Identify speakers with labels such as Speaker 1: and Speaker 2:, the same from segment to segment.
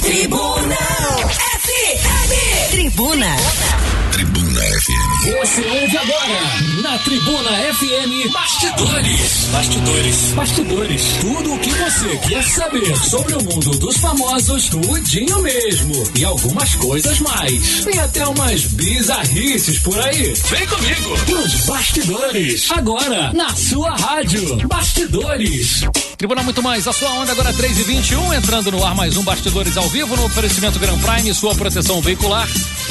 Speaker 1: Tribuna FM. Tribuna.
Speaker 2: Tribuna FM.
Speaker 3: Você ouve agora na Tribuna FM Bastidores. Bastidores. Bastidores. Tudo o que você quer saber sobre o mundo dos famosos, tudinho mesmo. E algumas coisas mais. Tem até umas bizarrices por aí. Vem comigo. Os Bastidores. Agora na sua rádio. Bastidores.
Speaker 4: Tribuna Muito Mais, a sua onda agora 3 e 21 entrando no ar mais um Bastidores ao vivo no oferecimento Grand Prime, sua proteção veicular.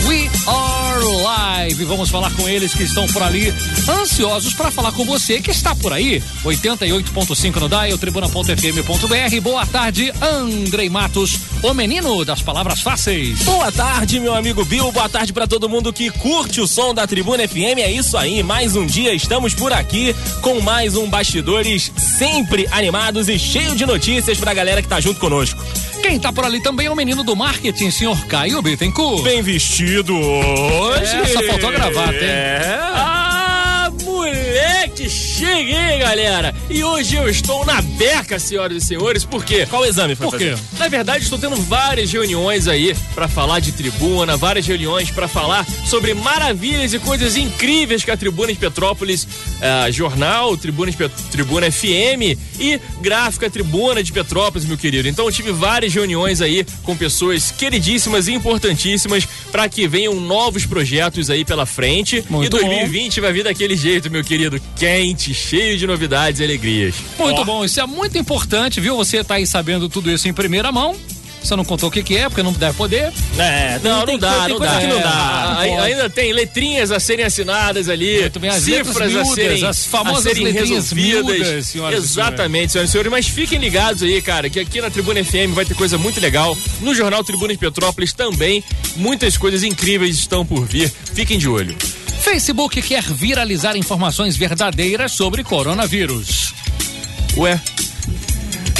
Speaker 4: We are live. Vamos falar com eles que estão por ali, ansiosos para falar com você que está por aí. 88.5 no dial, tribuna.fm.br. Boa tarde, Andrei Matos, o menino das palavras fáceis.
Speaker 5: Boa tarde, meu amigo Bill. Boa tarde pra todo mundo que curte o som da Tribuna FM. É isso aí, mais um dia estamos por aqui com mais um Bastidores sempre animados e cheio de notícias pra galera que tá junto conosco.
Speaker 4: Quem tá por ali também é o menino do marketing, senhor Caio Bittencourt.
Speaker 5: Bem vestido hoje.
Speaker 4: É, só faltou a gravata, hein?
Speaker 5: É. Ah, moleque, cheguei, galera. E hoje eu estou na beca, senhoras e senhores, porque
Speaker 4: Qual exame foi
Speaker 5: Por quê? Na verdade, estou tendo várias reuniões aí pra falar de tribuna, várias reuniões pra falar sobre maravilhas e coisas incríveis que a Tribuna de Petrópolis ah, Jornal, Tribuna, de Pet- Tribuna FM e Gráfica Tribuna de Petrópolis, meu querido. Então, eu tive várias reuniões aí com pessoas queridíssimas e importantíssimas pra que venham novos projetos aí pela frente.
Speaker 4: Muito
Speaker 5: e 2020 vai vir daquele jeito, meu querido, quente, cheio de novidades e alegrias.
Speaker 4: Muito
Speaker 5: Ó.
Speaker 4: bom, isso é muito importante, viu? Você tá aí sabendo tudo isso em primeira mão. Você não contou o que, que é, porque não deve poder.
Speaker 5: É, não, não,
Speaker 4: tem
Speaker 5: dá,
Speaker 4: coisa- tem
Speaker 5: não
Speaker 4: coisa
Speaker 5: dá.
Speaker 4: que não dá.
Speaker 5: É, ai- ainda tem letrinhas a serem assinadas ali,
Speaker 4: Muito bem, as letras
Speaker 5: cifras
Speaker 4: miúdas,
Speaker 5: a serem
Speaker 4: as famosas
Speaker 5: a serem
Speaker 4: letrinhas
Speaker 5: resolvidas.
Speaker 4: miúdas, senhoras e
Speaker 5: Exatamente, senhoras e senhores, mas fiquem ligados aí, cara, que aqui na Tribuna FM vai ter coisa muito legal. No jornal Tribuna de Petrópolis também, muitas coisas incríveis estão por vir. Fiquem de olho.
Speaker 4: Facebook quer viralizar informações verdadeiras sobre coronavírus.
Speaker 5: Ué.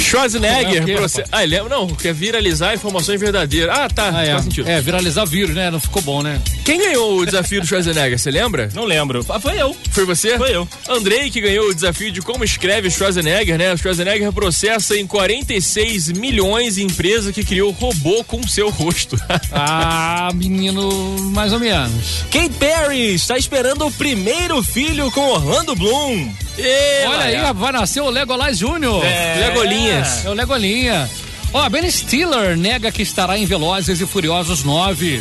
Speaker 5: Schwarzenegger,
Speaker 4: Ué, o quê,
Speaker 5: proce-
Speaker 4: rapaz?
Speaker 5: ah, ele é- não, quer viralizar informações verdadeiras. Ah, tá,
Speaker 4: é.
Speaker 5: faz sentido.
Speaker 4: é, viralizar vírus, né? Não ficou bom, né?
Speaker 5: Quem ganhou o desafio do Schwarzenegger, você lembra?
Speaker 6: Não lembro. Ah, foi eu.
Speaker 5: Foi você?
Speaker 6: Foi eu.
Speaker 5: Andrei que ganhou o desafio de como escreve Schwarzenegger, né? O Schwarzenegger processa em 46 milhões de empresa que criou robô com seu rosto.
Speaker 4: Ah, menino, mais ou menos.
Speaker 5: Kate Perry está esperando o primeiro filho com Orlando Bloom. E,
Speaker 4: Olha aí, É, vai nascer o Legolás Júnior.
Speaker 5: Legolinhas.
Speaker 4: É o Legolinha. Ó, Ben Stiller nega que estará em Velozes e Furiosos 9.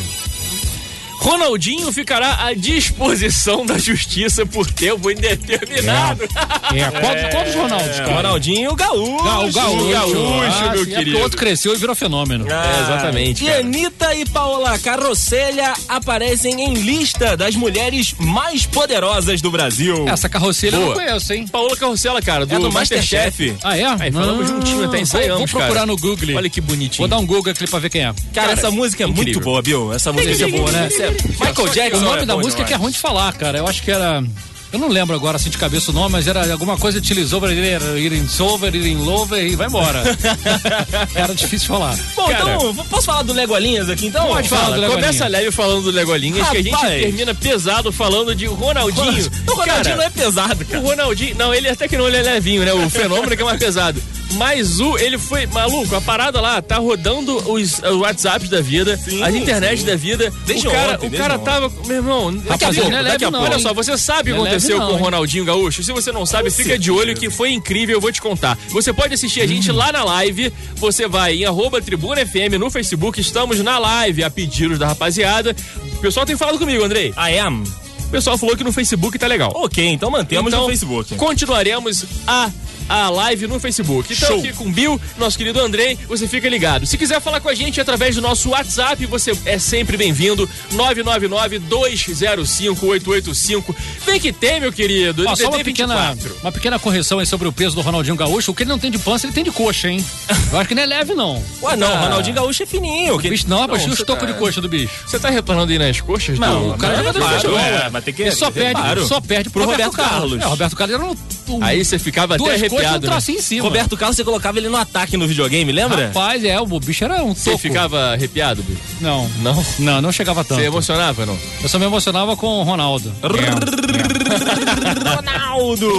Speaker 5: Ronaldinho ficará à disposição da justiça por tempo indeterminado.
Speaker 4: É, qual, qual dos Ronaldos, cara?
Speaker 5: Ronaldinho Ah. Gaúcho.
Speaker 4: Ah, o Gaúcho.
Speaker 5: Gaúcho,
Speaker 4: Ah,
Speaker 5: meu
Speaker 4: sim, é porque
Speaker 5: querido.
Speaker 4: o outro cresceu e virou fenômeno.
Speaker 5: É, exatamente.
Speaker 6: E
Speaker 5: cara.
Speaker 6: Anitta e Paola Carrocelha aparecem em lista das mulheres mais poderosas do Brasil.
Speaker 4: Essa carroceira eu não
Speaker 5: Boa.
Speaker 4: conheço, hein?
Speaker 5: Paola Carrossela, cara, É,
Speaker 4: É
Speaker 5: do,
Speaker 6: do
Speaker 5: Masterchef.
Speaker 4: Ah, é?
Speaker 5: Aí falamos
Speaker 4: Não.
Speaker 5: juntinho, até ensaiamos,
Speaker 4: Vou, vou procurar
Speaker 5: cara.
Speaker 4: no Google.
Speaker 5: Olha que
Speaker 4: Vou
Speaker 5: bonitinho.
Speaker 4: dar um Google aqui pra ver quem é.
Speaker 6: Cara, essa música é
Speaker 5: incrível.
Speaker 6: muito boa, Bill. Essa música
Speaker 4: Essa é boa, né?
Speaker 6: Essa é- Michael
Speaker 4: O
Speaker 6: Jackson.
Speaker 4: nome
Speaker 6: é
Speaker 4: da
Speaker 6: bom
Speaker 4: música é que é
Speaker 6: demais.
Speaker 4: ruim de falar, cara. Eu acho que era. Eu não lembro agora assim de cabeça o nome, mas era alguma coisa utilizou pra ele era ir in sover, ir in lover e vai embora. era difícil falar.
Speaker 6: Bom,
Speaker 5: Cara.
Speaker 6: então, v- posso falar do Legolinhas aqui então?
Speaker 4: Pode falar. do
Speaker 5: Fala,
Speaker 4: Legolinhas.
Speaker 5: começa leve falando do Legolinhas, que a gente
Speaker 6: Rapaz.
Speaker 5: termina pesado falando de Ronaldinho.
Speaker 6: O Ronaldinho
Speaker 5: Cara,
Speaker 6: não é pesado,
Speaker 5: O
Speaker 6: cara.
Speaker 5: Ronaldinho, não, ele até que não, ele é levinho, né? O fenômeno que é mais pesado. Mas o, ele foi, maluco, a parada lá tá rodando os, os WhatsApps da vida,
Speaker 6: Sim,
Speaker 5: as internet
Speaker 6: sim.
Speaker 5: da vida.
Speaker 6: Desde
Speaker 5: o cara,
Speaker 6: ontem,
Speaker 5: o
Speaker 6: desde
Speaker 5: cara
Speaker 6: ontem.
Speaker 5: tava, meu irmão, daqui a
Speaker 4: Rapaz,
Speaker 5: pouco,
Speaker 4: não é
Speaker 5: daqui a
Speaker 4: leve
Speaker 5: pouco.
Speaker 4: não,
Speaker 5: Olha
Speaker 4: hein?
Speaker 5: só, você sabe o que
Speaker 4: Não é leve
Speaker 5: aconteceu
Speaker 4: não,
Speaker 5: com o
Speaker 4: hein?
Speaker 5: Ronaldinho Gaúcho? Se você não sabe, fica de olho que foi incrível, eu vou te contar. Você pode assistir a gente lá na live, você vai em arroba Tribuna FM no Facebook, estamos na live a pedidos da rapaziada. O pessoal tem falado comigo, Andrei.
Speaker 6: I am.
Speaker 5: O pessoal falou que no Facebook tá legal.
Speaker 6: Ok, então mantemos
Speaker 5: Então,
Speaker 6: no Facebook.
Speaker 5: Continuaremos a, a live no Facebook. Então,
Speaker 6: Show.
Speaker 5: aqui com o Bill, nosso querido Andrei, você fica ligado. Se quiser falar com a gente através do nosso WhatsApp, você é sempre bem-vindo. 999-205-885. Vem que tem, meu querido.
Speaker 4: Ó, só
Speaker 5: NBT
Speaker 4: uma pequena,
Speaker 5: 24.
Speaker 4: uma pequena correção aí sobre o peso do Ronaldinho Gaúcho. O que ele não tem de pança, ele tem de coxa, hein? Eu acho que não é leve, não.
Speaker 6: Ué,
Speaker 5: Ah.
Speaker 6: não, Ronaldinho Gaúcho é fininho. que-
Speaker 4: Bicho, não, rapaz,
Speaker 5: Não,
Speaker 4: os
Speaker 5: você
Speaker 4: tocos
Speaker 5: tá-
Speaker 4: de coxa do bicho.
Speaker 5: Você tá reparando aí nas coxas?
Speaker 6: Não,
Speaker 5: do...
Speaker 4: O cara é
Speaker 6: Não,
Speaker 4: jogador de
Speaker 6: claro,
Speaker 4: futebol.
Speaker 6: é, mas tem que-
Speaker 4: Ele só
Speaker 6: tem que-
Speaker 4: perde,
Speaker 6: claro.
Speaker 4: só perde pro,
Speaker 6: Pro
Speaker 4: Roberto,
Speaker 6: Roberto
Speaker 4: Carlos.
Speaker 6: Carlos.
Speaker 4: É, o Roberto Carlos era um, um
Speaker 5: Aí você ficava até
Speaker 4: duas coxas e um
Speaker 5: arrepiado. né?
Speaker 4: trocinho em cima.
Speaker 6: Roberto Carlos, você colocava ele no ataque no videogame, lembra?
Speaker 4: Rapaz, é, o bicho era um
Speaker 5: Você
Speaker 4: toco.
Speaker 5: ficava arrepiado, Bill?
Speaker 4: Não,
Speaker 5: Não?
Speaker 4: não, não chegava tanto.
Speaker 6: é
Speaker 5: Você emocionava, não?
Speaker 4: Eu só me emocionava com o Ronaldo.
Speaker 6: Ronaldo!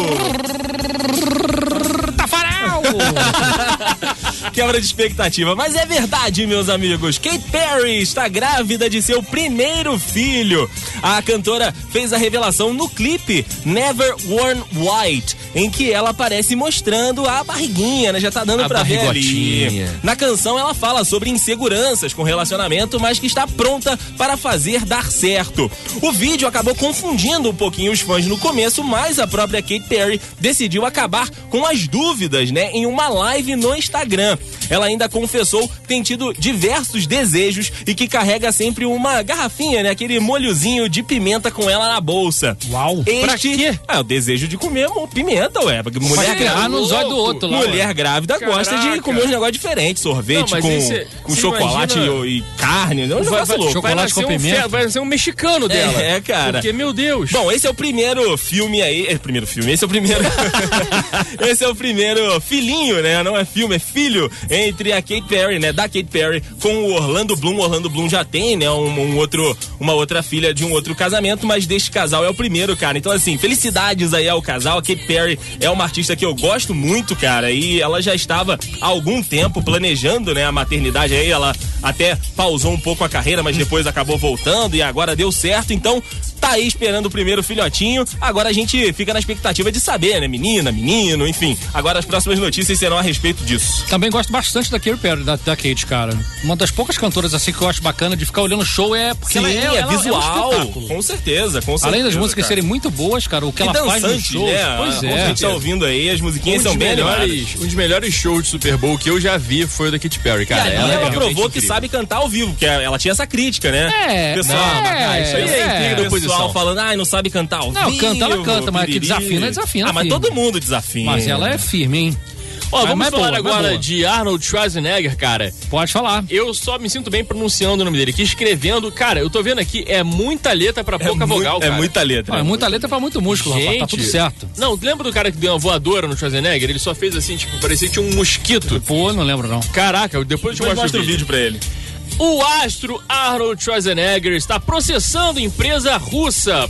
Speaker 4: Tafarel!
Speaker 6: Quebra de expectativa. Mas é verdade, meus amigos. Kate Perry está grávida de seu primeiro filho. A cantora fez a revelação no clipe Never Worn White, em que ela aparece mostrando a barriguinha, né? Já tá dando
Speaker 4: A
Speaker 6: pra ver ali.
Speaker 4: barrigotinha.
Speaker 6: Na canção ela fala sobre inseguranças com relacionamento, mas que está pronta para fazer dar certo. O vídeo acabou confundindo um pouquinho os fãs no começo, mas a própria Kate Perry decidiu acabar com as dúvidas, né, em uma live no Instagram. Ela ainda confessou ter tido diversos desejos e que carrega sempre uma garrafinha, né, aquele molhozinho de pimenta com ela na bolsa.
Speaker 4: Uau. Pra
Speaker 6: Este-
Speaker 4: quê?
Speaker 6: Ah, o desejo de comer mo- pimenta, ué. Mulher
Speaker 4: Vai quebrar
Speaker 6: grávida.
Speaker 4: é nos olhos do outro lá.
Speaker 6: é Mulher grávida gosta de
Speaker 5: Caraca.
Speaker 6: comer uns negócios diferentes, sorvete
Speaker 5: Não, mas
Speaker 6: com,
Speaker 5: aí cê-
Speaker 6: com
Speaker 5: cê
Speaker 6: chocolate
Speaker 5: imagina-
Speaker 6: e, e carne, né? um negócio louco.
Speaker 4: Chocolate
Speaker 5: nascer
Speaker 4: com
Speaker 5: um
Speaker 4: pimenta.
Speaker 5: fe- Vai ser um mexicano dela.
Speaker 6: É, é, cara.
Speaker 5: Porque, meu Deus.
Speaker 6: Bom, esse é o primeiro filme aí. É, primeiro filme, esse é o primeiro. esse é o primeiro filhinho, né? Não é filme, é filho entre a Kate Perry, né? Da Kate Perry com o Orlando Bloom. O Orlando Bloom já tem, né? Um, um outro, uma outra filha de um outro casamento, mas deste casal é o primeiro, cara. Então, assim, felicidades aí ao casal. A Kate Perry é uma artista que eu gosto muito, cara. E ela já estava há algum tempo planejando, né? A maternidade aí. Ela até pausou um pouco a carreira, mas depois acabou voltando e agora deu certo. Então, tá aí esperando o primeiro filhotinho. Agora a gente fica na expectativa de saber, né? Menina, menino, enfim. Agora as próximas notícias serão a respeito disso.
Speaker 4: Também gosto bastante da Katy Perry, da, da Kate, cara. Uma das poucas cantoras assim que eu acho bacana de ficar olhando show é porque ela, ela-
Speaker 6: é
Speaker 4: ela um
Speaker 6: visual.
Speaker 4: espetáculo.
Speaker 6: com certeza, com certeza.
Speaker 4: Além das músicas
Speaker 6: cara.
Speaker 4: serem muito boas, cara, o que
Speaker 6: e
Speaker 4: ela faz no
Speaker 6: dançantes,
Speaker 4: show.
Speaker 6: né?
Speaker 4: Pois
Speaker 6: Como A
Speaker 4: é.
Speaker 6: gente tá ouvindo aí, as musiquinhas são bem melhores.
Speaker 5: melhores, um dos melhores shows de Super Bowl que eu já vi foi o da Katy Perry, cara.
Speaker 6: ela,
Speaker 5: é realmente
Speaker 6: provou que
Speaker 5: incrível.
Speaker 6: sabe cantar ao vivo, porque ela tinha essa crítica, né?
Speaker 4: É,
Speaker 6: pessoal,
Speaker 4: é,
Speaker 6: ah, isso aí é,
Speaker 4: é.
Speaker 6: incrível. O pessoal
Speaker 5: Oposição.
Speaker 6: falando, ai, não sabe cantar ao
Speaker 4: Não,
Speaker 6: vivo.
Speaker 4: canta, ela canta, mas que
Speaker 6: piriri.
Speaker 4: desafina, desafina,
Speaker 6: Ah, mas
Speaker 4: filho.
Speaker 6: todo mundo desafina.
Speaker 4: Mas ela é firme, hein?
Speaker 5: Ó,
Speaker 4: Mas-
Speaker 5: vamos
Speaker 4: mas é
Speaker 5: falar
Speaker 4: boa, mas é
Speaker 5: agora
Speaker 4: boa.
Speaker 5: de Arnold Schwarzenegger, cara.
Speaker 4: Pode falar.
Speaker 5: Eu só me sinto bem pronunciando o nome dele, que escrevendo, cara, eu tô vendo aqui, é muita letra pra
Speaker 6: É
Speaker 5: pouca
Speaker 6: mui-
Speaker 5: vogal,
Speaker 6: É
Speaker 5: cara.
Speaker 6: muita letra.
Speaker 4: Ó, é muita letra pra muito músculo, rapaz. Tá
Speaker 5: Gente.
Speaker 4: tudo certo.
Speaker 5: Não, lembra do cara que deu uma voadora no Schwarzenegger? Ele só fez assim, tipo, parecia que tinha um mosquito.
Speaker 4: Pô, não lembro não.
Speaker 5: Caraca, depois eu te
Speaker 6: Depois
Speaker 5: mostro
Speaker 6: mostra
Speaker 5: o vídeo.
Speaker 6: pra ele.
Speaker 5: O astro Arnold Schwarzenegger está processando empresa russa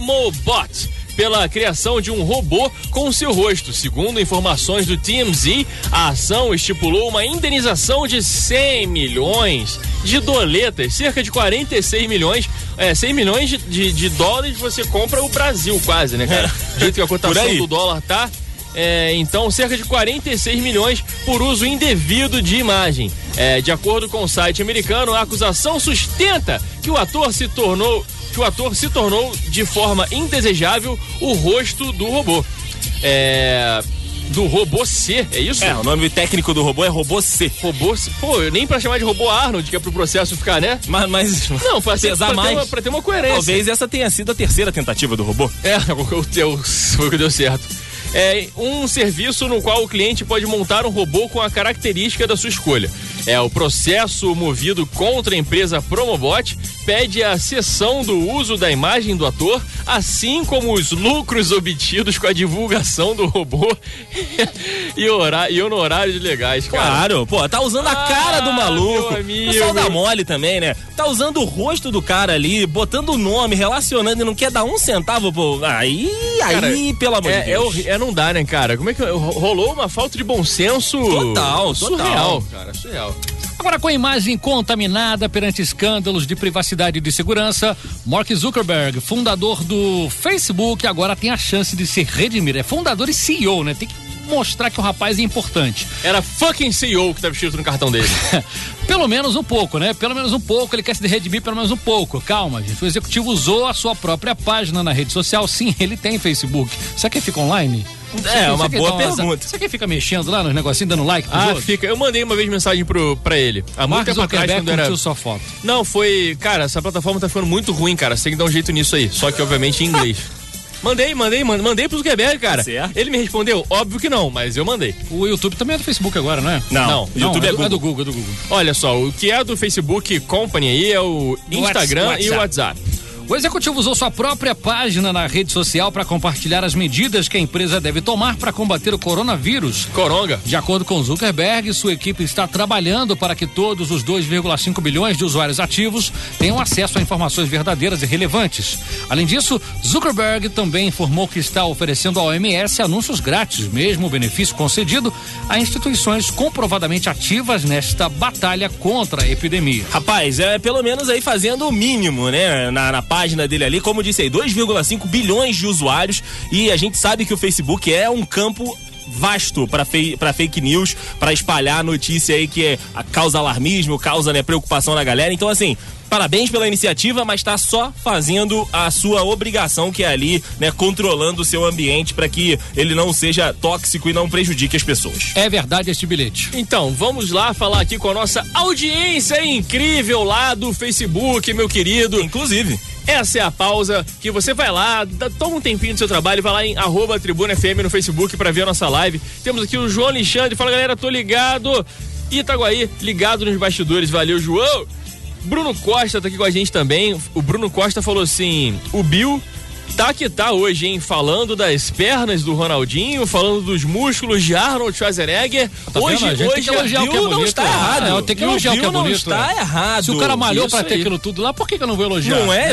Speaker 5: Promobot pela criação de um robô com seu rosto. Segundo informações do TMZ, a ação estipulou uma indenização de 100 milhões de doletas, cerca de 46 milhões, é, 100 milhões de, de- de dólares você compra o Brasil quase, né, cara? Do jeito que a
Speaker 6: Por aí.
Speaker 5: cotação do dólar tá, é, então, cerca de 46 milhões por uso indevido de imagem. É, de acordo com o site americano, a acusação sustenta que o ator se tornou que o ator se tornou de forma indesejável o rosto do robô. É, do robô C, é isso?
Speaker 6: É, o nome técnico do robô é Robô C.
Speaker 5: Robô C. Pô, nem pra chamar de robô Arnold, que é pro processo ficar, né?
Speaker 6: Mas, mas
Speaker 5: Não, pra, ser, pra,
Speaker 6: pesar
Speaker 5: Ter,
Speaker 6: mais.
Speaker 5: uma, pra ter uma coerência.
Speaker 6: Talvez essa tenha sido a terceira tentativa do robô.
Speaker 5: É, o que deu, foi o que deu certo. É um serviço no qual o cliente pode montar um robô com a característica da sua escolha. É o processo movido contra a empresa Promobot pede a cessão do uso da imagem do ator, assim como os lucros obtidos com a divulgação do robô e, hora- e honorários legais, cara.
Speaker 6: Claro, pô, tá usando a cara do
Speaker 5: Ah,
Speaker 6: maluco.
Speaker 5: meu amigo.
Speaker 6: O pessoal da mole também, né? Tá usando o rosto do cara ali, botando o nome, relacionando e não quer dar um centavo, pô. Aí, aí, pelo amor de
Speaker 5: É, é,
Speaker 6: Deus.
Speaker 5: horri- é, não dá, né, cara? Como é que rolou uma falta de bom senso
Speaker 6: Total,
Speaker 5: surreal,
Speaker 6: total.
Speaker 5: cara, surreal.
Speaker 4: Agora, com a imagem contaminada perante escândalos de privacidade e de segurança, Mark Zuckerberg, fundador do Facebook, agora tem a chance de se redimir. É fundador e CEO, né? Tem que mostrar que o rapaz é importante.
Speaker 5: Era fucking CEO que tava escrito no cartão dele.
Speaker 4: Pelo menos um pouco, né? Pelo menos um pouco, ele quer se redimir pelo menos um pouco. Calma, gente. O executivo usou a sua própria página na rede social. Sim, ele tem Facebook. Será que ele fica online? Será
Speaker 5: É
Speaker 4: que-
Speaker 6: É, uma
Speaker 4: será que ele
Speaker 6: boa
Speaker 4: dá uma-
Speaker 6: pergunta.
Speaker 4: Será que ele fica mexendo lá nos negocinhos, dando like pros
Speaker 5: Ah,
Speaker 4: outros?
Speaker 5: fica. Eu mandei uma vez mensagem pro, pra ele. Há muito
Speaker 4: Mark
Speaker 5: tempo atrás,
Speaker 4: Zuckerberg
Speaker 5: quando era.
Speaker 4: curtiu sua foto.
Speaker 5: Não, foi. Cara, essa plataforma tá ficando muito ruim, cara. Você tem que dar um jeito nisso aí. Só que, obviamente, em inglês. Mandei, mandei, man- mandei pro Zuckerberg,
Speaker 4: Tá
Speaker 5: cara.
Speaker 6: Certo.
Speaker 5: Ele me respondeu, óbvio que não, mas eu mandei.
Speaker 4: O YouTube também é do Facebook agora, não é?
Speaker 6: Não,
Speaker 5: Não,
Speaker 6: o YouTube
Speaker 4: é,
Speaker 6: é,
Speaker 4: do,
Speaker 6: Google.
Speaker 4: do Google, é do Google.
Speaker 5: Olha só, o que é do Facebook Company aí é o Instagram
Speaker 4: Whats-
Speaker 5: e o WhatsApp.
Speaker 4: O executivo usou sua própria página na rede social para compartilhar as medidas que a empresa deve tomar para combater o coronavírus.
Speaker 5: Coronga.
Speaker 4: De acordo com Zuckerberg, sua equipe está trabalhando para que todos os 2,5 bilhões de usuários ativos tenham acesso a informações verdadeiras e relevantes. Além disso, Zuckerberg também informou que está oferecendo à OMS anúncios grátis, mesmo o benefício concedido a instituições comprovadamente ativas nesta batalha contra a epidemia.
Speaker 6: Rapaz, é pelo menos aí fazendo o mínimo, né? Na, na página dele ali, como eu disse aí, 2,5 bilhões de usuários e a gente sabe que o Facebook é um campo vasto para fake news, para espalhar notícia aí que é, causa alarmismo, causa né, preocupação na galera. Então, assim, Parabéns pela iniciativa, mas está só fazendo a sua obrigação, que é ali, né, controlando o seu ambiente para que ele não seja tóxico e não prejudique as pessoas.
Speaker 4: É verdade este bilhete.
Speaker 5: Então, vamos lá falar aqui com a nossa audiência incrível lá do Facebook, meu querido.
Speaker 6: Inclusive.
Speaker 5: Essa é a pausa que você vai lá, dá- toma um tempinho do seu trabalho, vai lá em arroba Tribuna FM no Facebook pra ver a nossa live. Temos aqui o João Alexandre, fala galera, tô ligado. Itaguaí, ligado nos bastidores, valeu João. Bruno Costa tá aqui com a gente também. O Bruno Costa falou assim: o Bill tá que tá hoje, hein? Falando das pernas do Ronaldinho, falando dos músculos de Arnold Schwarzenegger.
Speaker 4: Tá vendo?
Speaker 5: hoje,
Speaker 4: A gente tem
Speaker 5: hoje,
Speaker 4: que elogiar o que é
Speaker 5: Bill não
Speaker 4: bonito,
Speaker 5: está
Speaker 4: né?
Speaker 5: errado.
Speaker 4: Ah, não, tem que
Speaker 5: E o
Speaker 4: elogiar o que é
Speaker 5: Bill não
Speaker 4: bonito,
Speaker 5: está
Speaker 4: né?
Speaker 5: errado.
Speaker 4: Se o cara malhou
Speaker 5: Isso
Speaker 4: pra ter
Speaker 5: aí.
Speaker 4: aquilo tudo lá, por que, que eu não vou elogiar?
Speaker 6: Não é?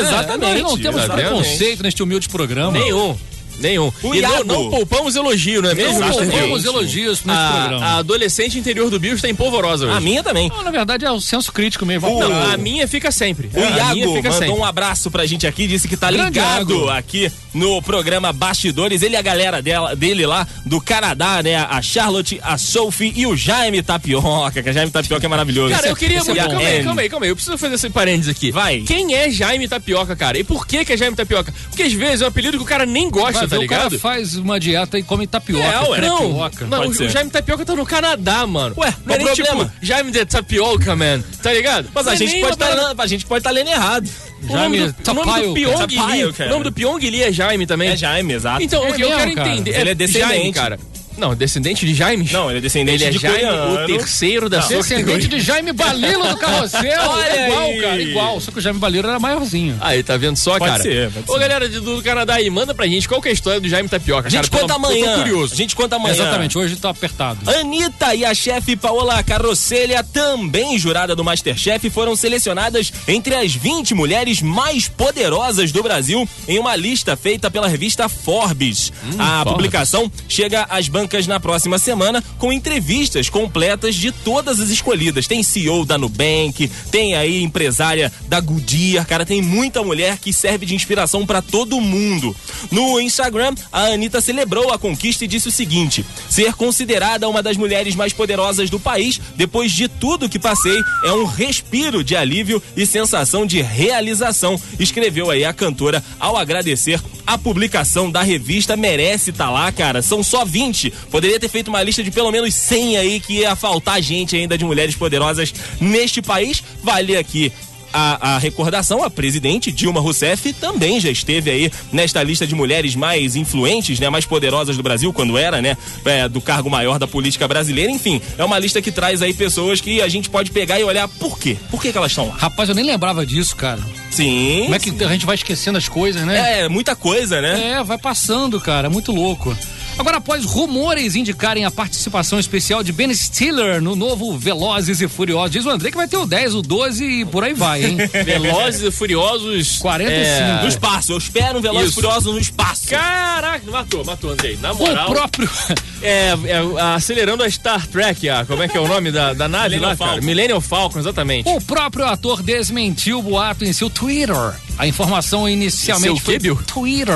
Speaker 4: nós
Speaker 6: Exatamente.
Speaker 4: não temos
Speaker 5: Exatamente.
Speaker 4: preconceito neste humilde programa.
Speaker 5: Nenhum. Nenhum.
Speaker 6: O
Speaker 5: e
Speaker 6: Iago.
Speaker 5: não, não poupamos elogio, não é Ah, mesmo?
Speaker 4: Não
Speaker 5: Mr.
Speaker 4: poupamos
Speaker 5: Gates?
Speaker 4: elogios neste programa.
Speaker 5: A, a adolescente interior do Bill está em polvorosa hoje.
Speaker 6: A minha também.
Speaker 4: Não, na verdade é o senso crítico mesmo.
Speaker 6: O-
Speaker 5: Não, a minha fica sempre.
Speaker 6: O
Speaker 5: É, a minha
Speaker 6: Iago
Speaker 5: fica sempre.
Speaker 6: mandou um abraço pra gente aqui, disse que tá
Speaker 4: Grande
Speaker 6: ligado
Speaker 4: Iago.
Speaker 6: aqui no programa Bastidores. Ele e a galera dela, dele lá do Canadá, né? A Charlotte, a Sophie e o Jaime Tapioca, que a Jaime Tapioca é maravilhoso.
Speaker 5: Cara, eu queria
Speaker 6: Esse é
Speaker 5: muito.
Speaker 6: bom.
Speaker 5: Calma
Speaker 6: É.
Speaker 5: aí, calma aí, calma aí. Eu preciso fazer esse parênteses aqui.
Speaker 6: Vai.
Speaker 5: Quem é Jaime Tapioca, cara? E por que, que é Jaime Tapioca? Porque às vezes é um apelido que o cara nem gosta,
Speaker 4: Vai
Speaker 5: tá
Speaker 4: ver, o cara
Speaker 5: ligado?
Speaker 4: faz uma dieta e come tapioca,
Speaker 5: É, ué. Não,
Speaker 4: crepioca.
Speaker 5: não o,
Speaker 6: Pode ser.
Speaker 5: o Jaime Tapioca tá no Canadá, mano.
Speaker 6: Ué,
Speaker 5: não é
Speaker 6: qual
Speaker 5: nem
Speaker 6: problema?
Speaker 5: tipo Jaime de Tapioca, man. Tá ligado?
Speaker 6: Mas a
Speaker 5: Não é
Speaker 6: gente,
Speaker 5: nem
Speaker 6: pode
Speaker 5: uma parada-
Speaker 6: tá, a gente pode estar lendo errado.
Speaker 5: O nome
Speaker 4: Jaime
Speaker 5: do, o nome do
Speaker 4: Tapioca.
Speaker 5: Pyong Lee.
Speaker 6: Tapioca.
Speaker 5: O nome do Pyong Lee é Jaime também.
Speaker 6: É Jaime, exato.
Speaker 5: Então,
Speaker 4: É
Speaker 5: o que eu
Speaker 4: mesmo,
Speaker 5: quero
Speaker 4: cara.
Speaker 5: entender.
Speaker 6: Ele é descendente.
Speaker 5: Jaime, cara. Não, descendente de Jaime?
Speaker 6: Não, ele é descendente
Speaker 5: Ele é
Speaker 6: de
Speaker 5: Jaime,
Speaker 6: coreano.
Speaker 5: o terceiro da sua
Speaker 4: Descendente
Speaker 5: categoria.
Speaker 4: de Jaime Balilo do Carroceiro.
Speaker 6: Olha
Speaker 4: igual,
Speaker 6: aí.
Speaker 4: cara, igual. Só que o Jaime Balilo era maiorzinho.
Speaker 5: Aí, tá vendo só,
Speaker 6: Pode
Speaker 5: cara?
Speaker 6: ser, pode
Speaker 5: Ô,
Speaker 6: ser.
Speaker 5: galera de, do Canadá aí, manda pra gente qual que é a história do Jaime Tapioca.
Speaker 6: A gente
Speaker 5: cara,
Speaker 6: conta
Speaker 5: pelo-
Speaker 6: amanhã.
Speaker 5: Eu tô curioso.
Speaker 6: A gente conta
Speaker 5: É.
Speaker 6: amanhã.
Speaker 4: Exatamente, hoje tá apertado.
Speaker 6: Anitta e a chefe Paola Carrocelha, também jurada do Masterchef, foram selecionadas entre as 20 mulheres mais poderosas do Brasil em uma lista feita pela revista Forbes. a
Speaker 5: Forbes.
Speaker 6: publicação chega às bancas na próxima semana com entrevistas completas de todas as escolhidas. Tem CEO da Nubank, tem aí empresária da Goodyear, cara, tem muita mulher que serve de inspiração pra todo mundo. No Instagram, a Anitta celebrou a conquista e disse o seguinte: ser considerada uma das mulheres mais poderosas do país, depois de tudo que passei, é um respiro de alívio e sensação de realização, escreveu aí a cantora ao agradecer a publicação da revista merece estar lá, cara. São só 20. Poderia ter feito uma lista de pelo menos 100 aí que ia faltar gente ainda de mulheres poderosas neste país. Vale aqui a, a recordação, a presidente Dilma Rousseff também já esteve aí nesta lista de mulheres mais influentes, né, mais poderosas do Brasil, quando era, né, é, do cargo maior da política brasileira. Enfim, é uma lista que traz aí pessoas que a gente pode pegar e olhar por quê? Por que, que elas estão lá?
Speaker 4: Rapaz, eu nem lembrava disso, cara.
Speaker 6: Sim.
Speaker 4: Como é que a gente vai esquecendo as coisas, né?
Speaker 6: É, muita coisa, né?
Speaker 4: É, vai passando, cara. é Muito louco. Agora, após rumores indicarem a participação especial de Ben Stiller no novo Velozes e Furiosos, diz o André que vai ter o 10, o 12 e por aí vai, hein?
Speaker 5: Velozes e Furiosos.
Speaker 4: 45.
Speaker 6: No espaço. Eu espero um Veloz
Speaker 5: É. Isso.
Speaker 6: Furioso no espaço.
Speaker 5: é, Caraca, matou, matou, Andrei. Na
Speaker 4: o
Speaker 5: moral.
Speaker 4: próprio.
Speaker 5: É, é, acelerando a Star Trek, a, como é que é o nome da, da nave
Speaker 6: Millennium
Speaker 5: lá, cara?
Speaker 6: Falcon.
Speaker 5: Millennium Falcon, exatamente.
Speaker 4: O próprio ator desmentiu o boato em seu Twitter. A informação inicialmente
Speaker 5: Seu quê,
Speaker 4: foi
Speaker 5: Bill?
Speaker 4: Twitter.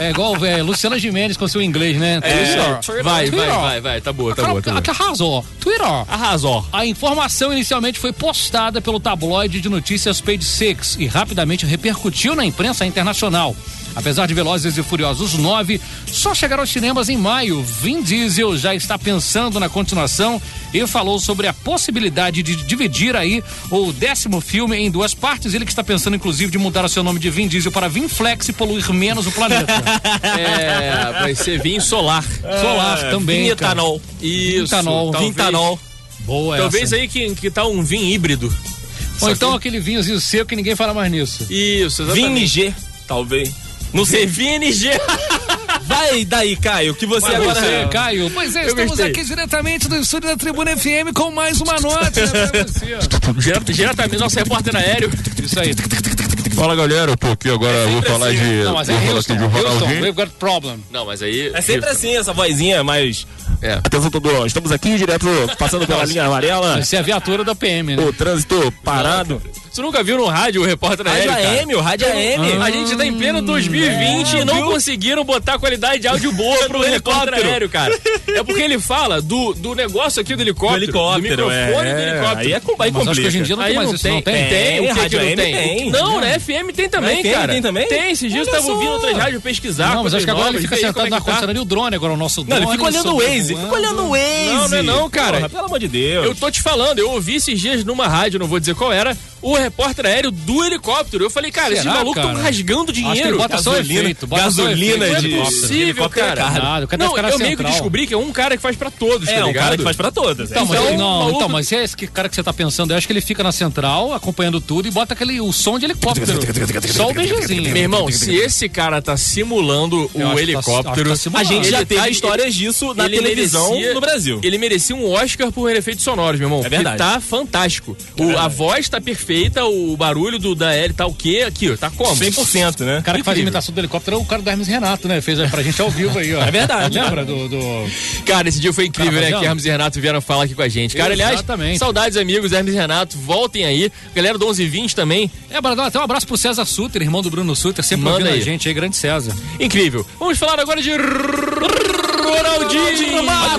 Speaker 4: É igual é, Luciana Jimenez com seu inglês, né?
Speaker 5: É, vai, vai,
Speaker 4: Twitter.
Speaker 5: vai, vai, tá boa, tá
Speaker 4: Cara,
Speaker 5: boa, tá boa.
Speaker 4: que arrasou. Twitter.
Speaker 5: Arrasou.
Speaker 4: A informação inicialmente foi postada pelo tabloide de notícias Page Six e rapidamente repercutiu na imprensa internacional. Apesar de Velozes e Furiosos 9 só chegar aos cinemas em maio, Vin Diesel já está pensando na continuação e falou sobre a possibilidade de dividir aí o décimo filme em duas partes. Ele que está pensando, inclusive, de mudar o seu nome de Vin Diesel para Vin Flex e poluir menos o planeta.
Speaker 5: É, vai ser vinho solar.
Speaker 4: Solar também,
Speaker 5: É, Vinho
Speaker 4: cara.
Speaker 5: etanol. Isso.
Speaker 4: Vintanol.
Speaker 5: talvez-
Speaker 4: Vintanol. Boa
Speaker 5: Talvez
Speaker 4: essa.
Speaker 5: aí que, que tá um vinho tá híbrido.
Speaker 4: Ou
Speaker 6: Só
Speaker 4: então
Speaker 6: que-
Speaker 4: aquele vinhozinho seco que ninguém fala mais nisso.
Speaker 5: Isso, exatamente.
Speaker 6: VNG, talvez. Não sei, VNG. Vai daí, Caio, que você
Speaker 4: Pra
Speaker 6: agora.
Speaker 4: você, Caio. Pois é,
Speaker 5: Eu
Speaker 4: estamos
Speaker 5: gostei.
Speaker 4: aqui diretamente do estúdio da Tribuna FM com mais uma nota. né, pra você.
Speaker 5: Direto- Diretamente, nosso repórter aéreo.
Speaker 4: Isso aí.
Speaker 7: Fala galera, eu tô aqui agora, eu vou falar de.
Speaker 4: Não, mas é
Speaker 7: vou falar aqui
Speaker 4: Houston.
Speaker 7: de um
Speaker 4: Houston,
Speaker 7: Ronaldinho.
Speaker 4: we've got problem.
Speaker 5: Não, mas aí.
Speaker 6: É sempre assim, essa vozinha, mas.
Speaker 5: É.
Speaker 7: Atenção, Todô, estamos aqui direto, passando pela linha amarela.
Speaker 4: Isso é a viatura da PM, né?
Speaker 7: O trânsito parado.
Speaker 5: Você nunca viu no rádio o repórter
Speaker 6: Rádio
Speaker 5: aéreo? cara?
Speaker 6: AM, o Rádio AM.
Speaker 5: A gente tá em pleno 2020 e não conseguiram botar qualidade de áudio boa pro helicóptero aéreo, cara. É porque ele fala do, do negócio aqui do helicóptero, do,
Speaker 6: helicóptero,
Speaker 5: microfone
Speaker 6: é.
Speaker 5: do helicóptero.
Speaker 6: Aí é com- aí
Speaker 4: Mas acho que hoje em dia não
Speaker 5: Aí
Speaker 4: tem mais
Speaker 5: não
Speaker 4: isso,
Speaker 5: tem.
Speaker 4: não tem? É,
Speaker 5: Tem, o que,
Speaker 6: rádio
Speaker 5: que não
Speaker 6: AM
Speaker 5: tem?
Speaker 6: tem.
Speaker 5: Não, na FM tem também,
Speaker 6: Na FM
Speaker 5: cara.
Speaker 6: tem também?
Speaker 5: Tem, esses dias eu
Speaker 6: Olha
Speaker 5: tava ouvindo
Speaker 6: só.
Speaker 5: outras rádios pesquisar.
Speaker 4: Não, mas acho que agora ele fica
Speaker 5: coisas novas,
Speaker 4: sentado
Speaker 5: ver
Speaker 4: na
Speaker 5: como é que tá.
Speaker 4: condicionando e o drone agora, o nosso
Speaker 6: Não,
Speaker 4: drone.
Speaker 6: ele fica olhando o
Speaker 4: sobre
Speaker 6: Waze,
Speaker 4: voando.
Speaker 6: fica olhando o Waze.
Speaker 5: Não, não é não, cara.
Speaker 6: Porra, pelo amor de Deus.
Speaker 5: Eu tô te falando, eu ouvi esses dias numa rádio, não vou dizer qual era, o repórter aéreo do helicóptero. Eu falei, cara, esses
Speaker 4: Será,
Speaker 5: malucos estão
Speaker 4: cara?
Speaker 5: rasgando
Speaker 4: Acho que
Speaker 5: dinheiro.
Speaker 4: ele bota só
Speaker 6: gasolina,
Speaker 4: efeito. Bota só
Speaker 6: gasolina
Speaker 4: efeito
Speaker 5: de-
Speaker 4: helicóptero.
Speaker 5: possível,
Speaker 6: Helicóptero é
Speaker 5: cara.
Speaker 6: caro.
Speaker 4: Nada, o cara
Speaker 5: Não,
Speaker 4: fica na
Speaker 5: eu meio que
Speaker 4: central.
Speaker 5: descobri que é um cara que faz pra todos,
Speaker 6: É,
Speaker 5: tá
Speaker 6: um
Speaker 5: ligado?
Speaker 6: cara que faz pra todas.
Speaker 4: Então, mas,
Speaker 5: Então,
Speaker 4: ele- não,
Speaker 5: maluco-
Speaker 4: então, mas é esse que- cara que você tá pensando, eu acho que ele fica na central, acompanhando tudo, e bota aquele o som de helicóptero. Só o beijozinho.
Speaker 5: Meu irmão, se esse cara tá simulando
Speaker 4: Eu acho
Speaker 5: o
Speaker 4: que tá- acho
Speaker 5: helicóptero,
Speaker 4: que tá simulando.
Speaker 6: A gente já
Speaker 5: Ele
Speaker 6: teve
Speaker 5: tá-
Speaker 6: histórias disso na televisão
Speaker 5: merecia-
Speaker 6: no Brasil.
Speaker 5: Ele merecia um Oscar por efeitos sonoros, meu irmão. porque
Speaker 6: verdade.
Speaker 5: Tá fantástico. O- a voz tá perfeita, o barulho do da L tá o quê? Aqui, ó, tá como?
Speaker 6: 100%, né?
Speaker 4: O cara que faz
Speaker 5: Incrível.
Speaker 4: imitação do helicóptero é o cara do Hermes Renato, né? Fez aí pra gente ao vivo aí, ó. É
Speaker 6: verdade.
Speaker 4: Lembra do. do-
Speaker 5: Cara, esse dia foi incrível,
Speaker 4: Tá
Speaker 5: né?
Speaker 4: fazendo?
Speaker 5: Que Hermes e Renato vieram falar aqui com a gente. Cara, aliás,
Speaker 4: Exatamente.
Speaker 5: saudades, amigos, Hermes e Renato, voltem aí. Galera do 1120 também,
Speaker 4: É, Bradão, até um abraço pro César Suter, irmão do Bruno Suter, sempre
Speaker 5: Manda
Speaker 4: ouvindo
Speaker 5: aí.
Speaker 4: a gente aí, grande César.
Speaker 5: incrível. Vamos falar agora de Ronaldinho.
Speaker 6: Olha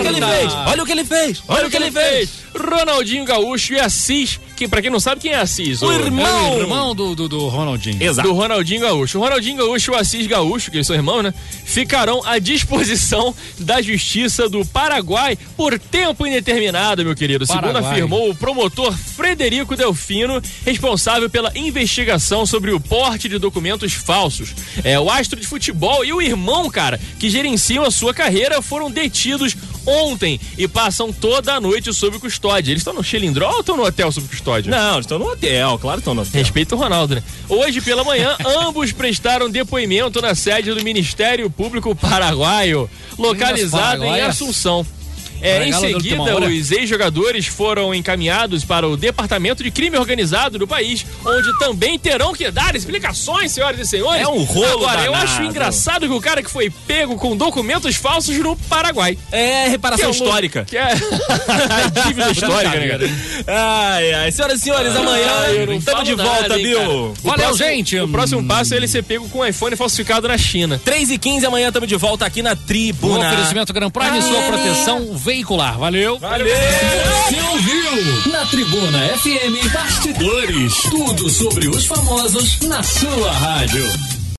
Speaker 6: o que ele fez! Olha o que ele fez!
Speaker 5: Olha o que ele fez. Ronaldinho Gaúcho e Assis, que pra quem não sabe quem é Assis, o,
Speaker 4: É o irmão do, do, do Ronaldinho.
Speaker 5: do Ronaldinho Gaúcho. O Ronaldinho Gaúcho e o Assis Gaúcho, que eles são irmãos, né? Ficarão à disposição da Justiça do Paraguai por tempo indeterminado, meu querido. Segundo
Speaker 4: Paraguai.
Speaker 5: afirmou o promotor Frederico Delfino, responsável pela investigação sobre o porte de documentos falsos. É, o astro de futebol e o irmão, cara, que gerenciam a sua carreira, foram detidos ontem e passam toda a noite sob custódia. Eles estão no Xilindró ou estão no hotel sob custódia?
Speaker 6: Não, eles estão no hotel, claro que estão no hotel.
Speaker 5: Respeita o Ronaldo, né? Hoje pela manhã, ambos prestaram depoimento na sede do Ministério Público Paraguaio, localizado em
Speaker 4: paraguaias.
Speaker 5: Assunção. É, em
Speaker 4: Regalo da última
Speaker 5: seguida,
Speaker 4: hora.
Speaker 5: os ex-jogadores foram encaminhados para o Departamento de Crime Organizado do país, onde também terão que dar explicações, senhoras e senhores.
Speaker 6: É um rolo
Speaker 5: Agora, eu
Speaker 6: danado.
Speaker 5: acho engraçado que o cara que foi pego com documentos falsos no Paraguai.
Speaker 6: É
Speaker 5: Que é
Speaker 6: reparação
Speaker 5: um-
Speaker 6: histórica.
Speaker 5: Que é... Dívida histórica, né, cara?
Speaker 6: Ai, ai. Senhoras e senhores,
Speaker 5: Ai, Ah, eu
Speaker 6: amanhã
Speaker 5: não
Speaker 6: estamos
Speaker 5: falo
Speaker 6: de
Speaker 5: nada,
Speaker 6: volta,
Speaker 5: hein,
Speaker 6: viu?
Speaker 5: cara.
Speaker 4: Valeu,
Speaker 5: o próximo,
Speaker 4: gente.
Speaker 5: O próximo passo é ele ser pego com um iPhone falsificado na China.
Speaker 6: 3 e 15 amanhã estamos de volta aqui na
Speaker 4: Um
Speaker 6: Tribuna.
Speaker 4: oferecimento Gran Prime, sua proteção veicular. Ah! Valeu.
Speaker 3: Você ouviu? Na Tribuna FM Bastidores. Tudo sobre os famosos na sua rádio.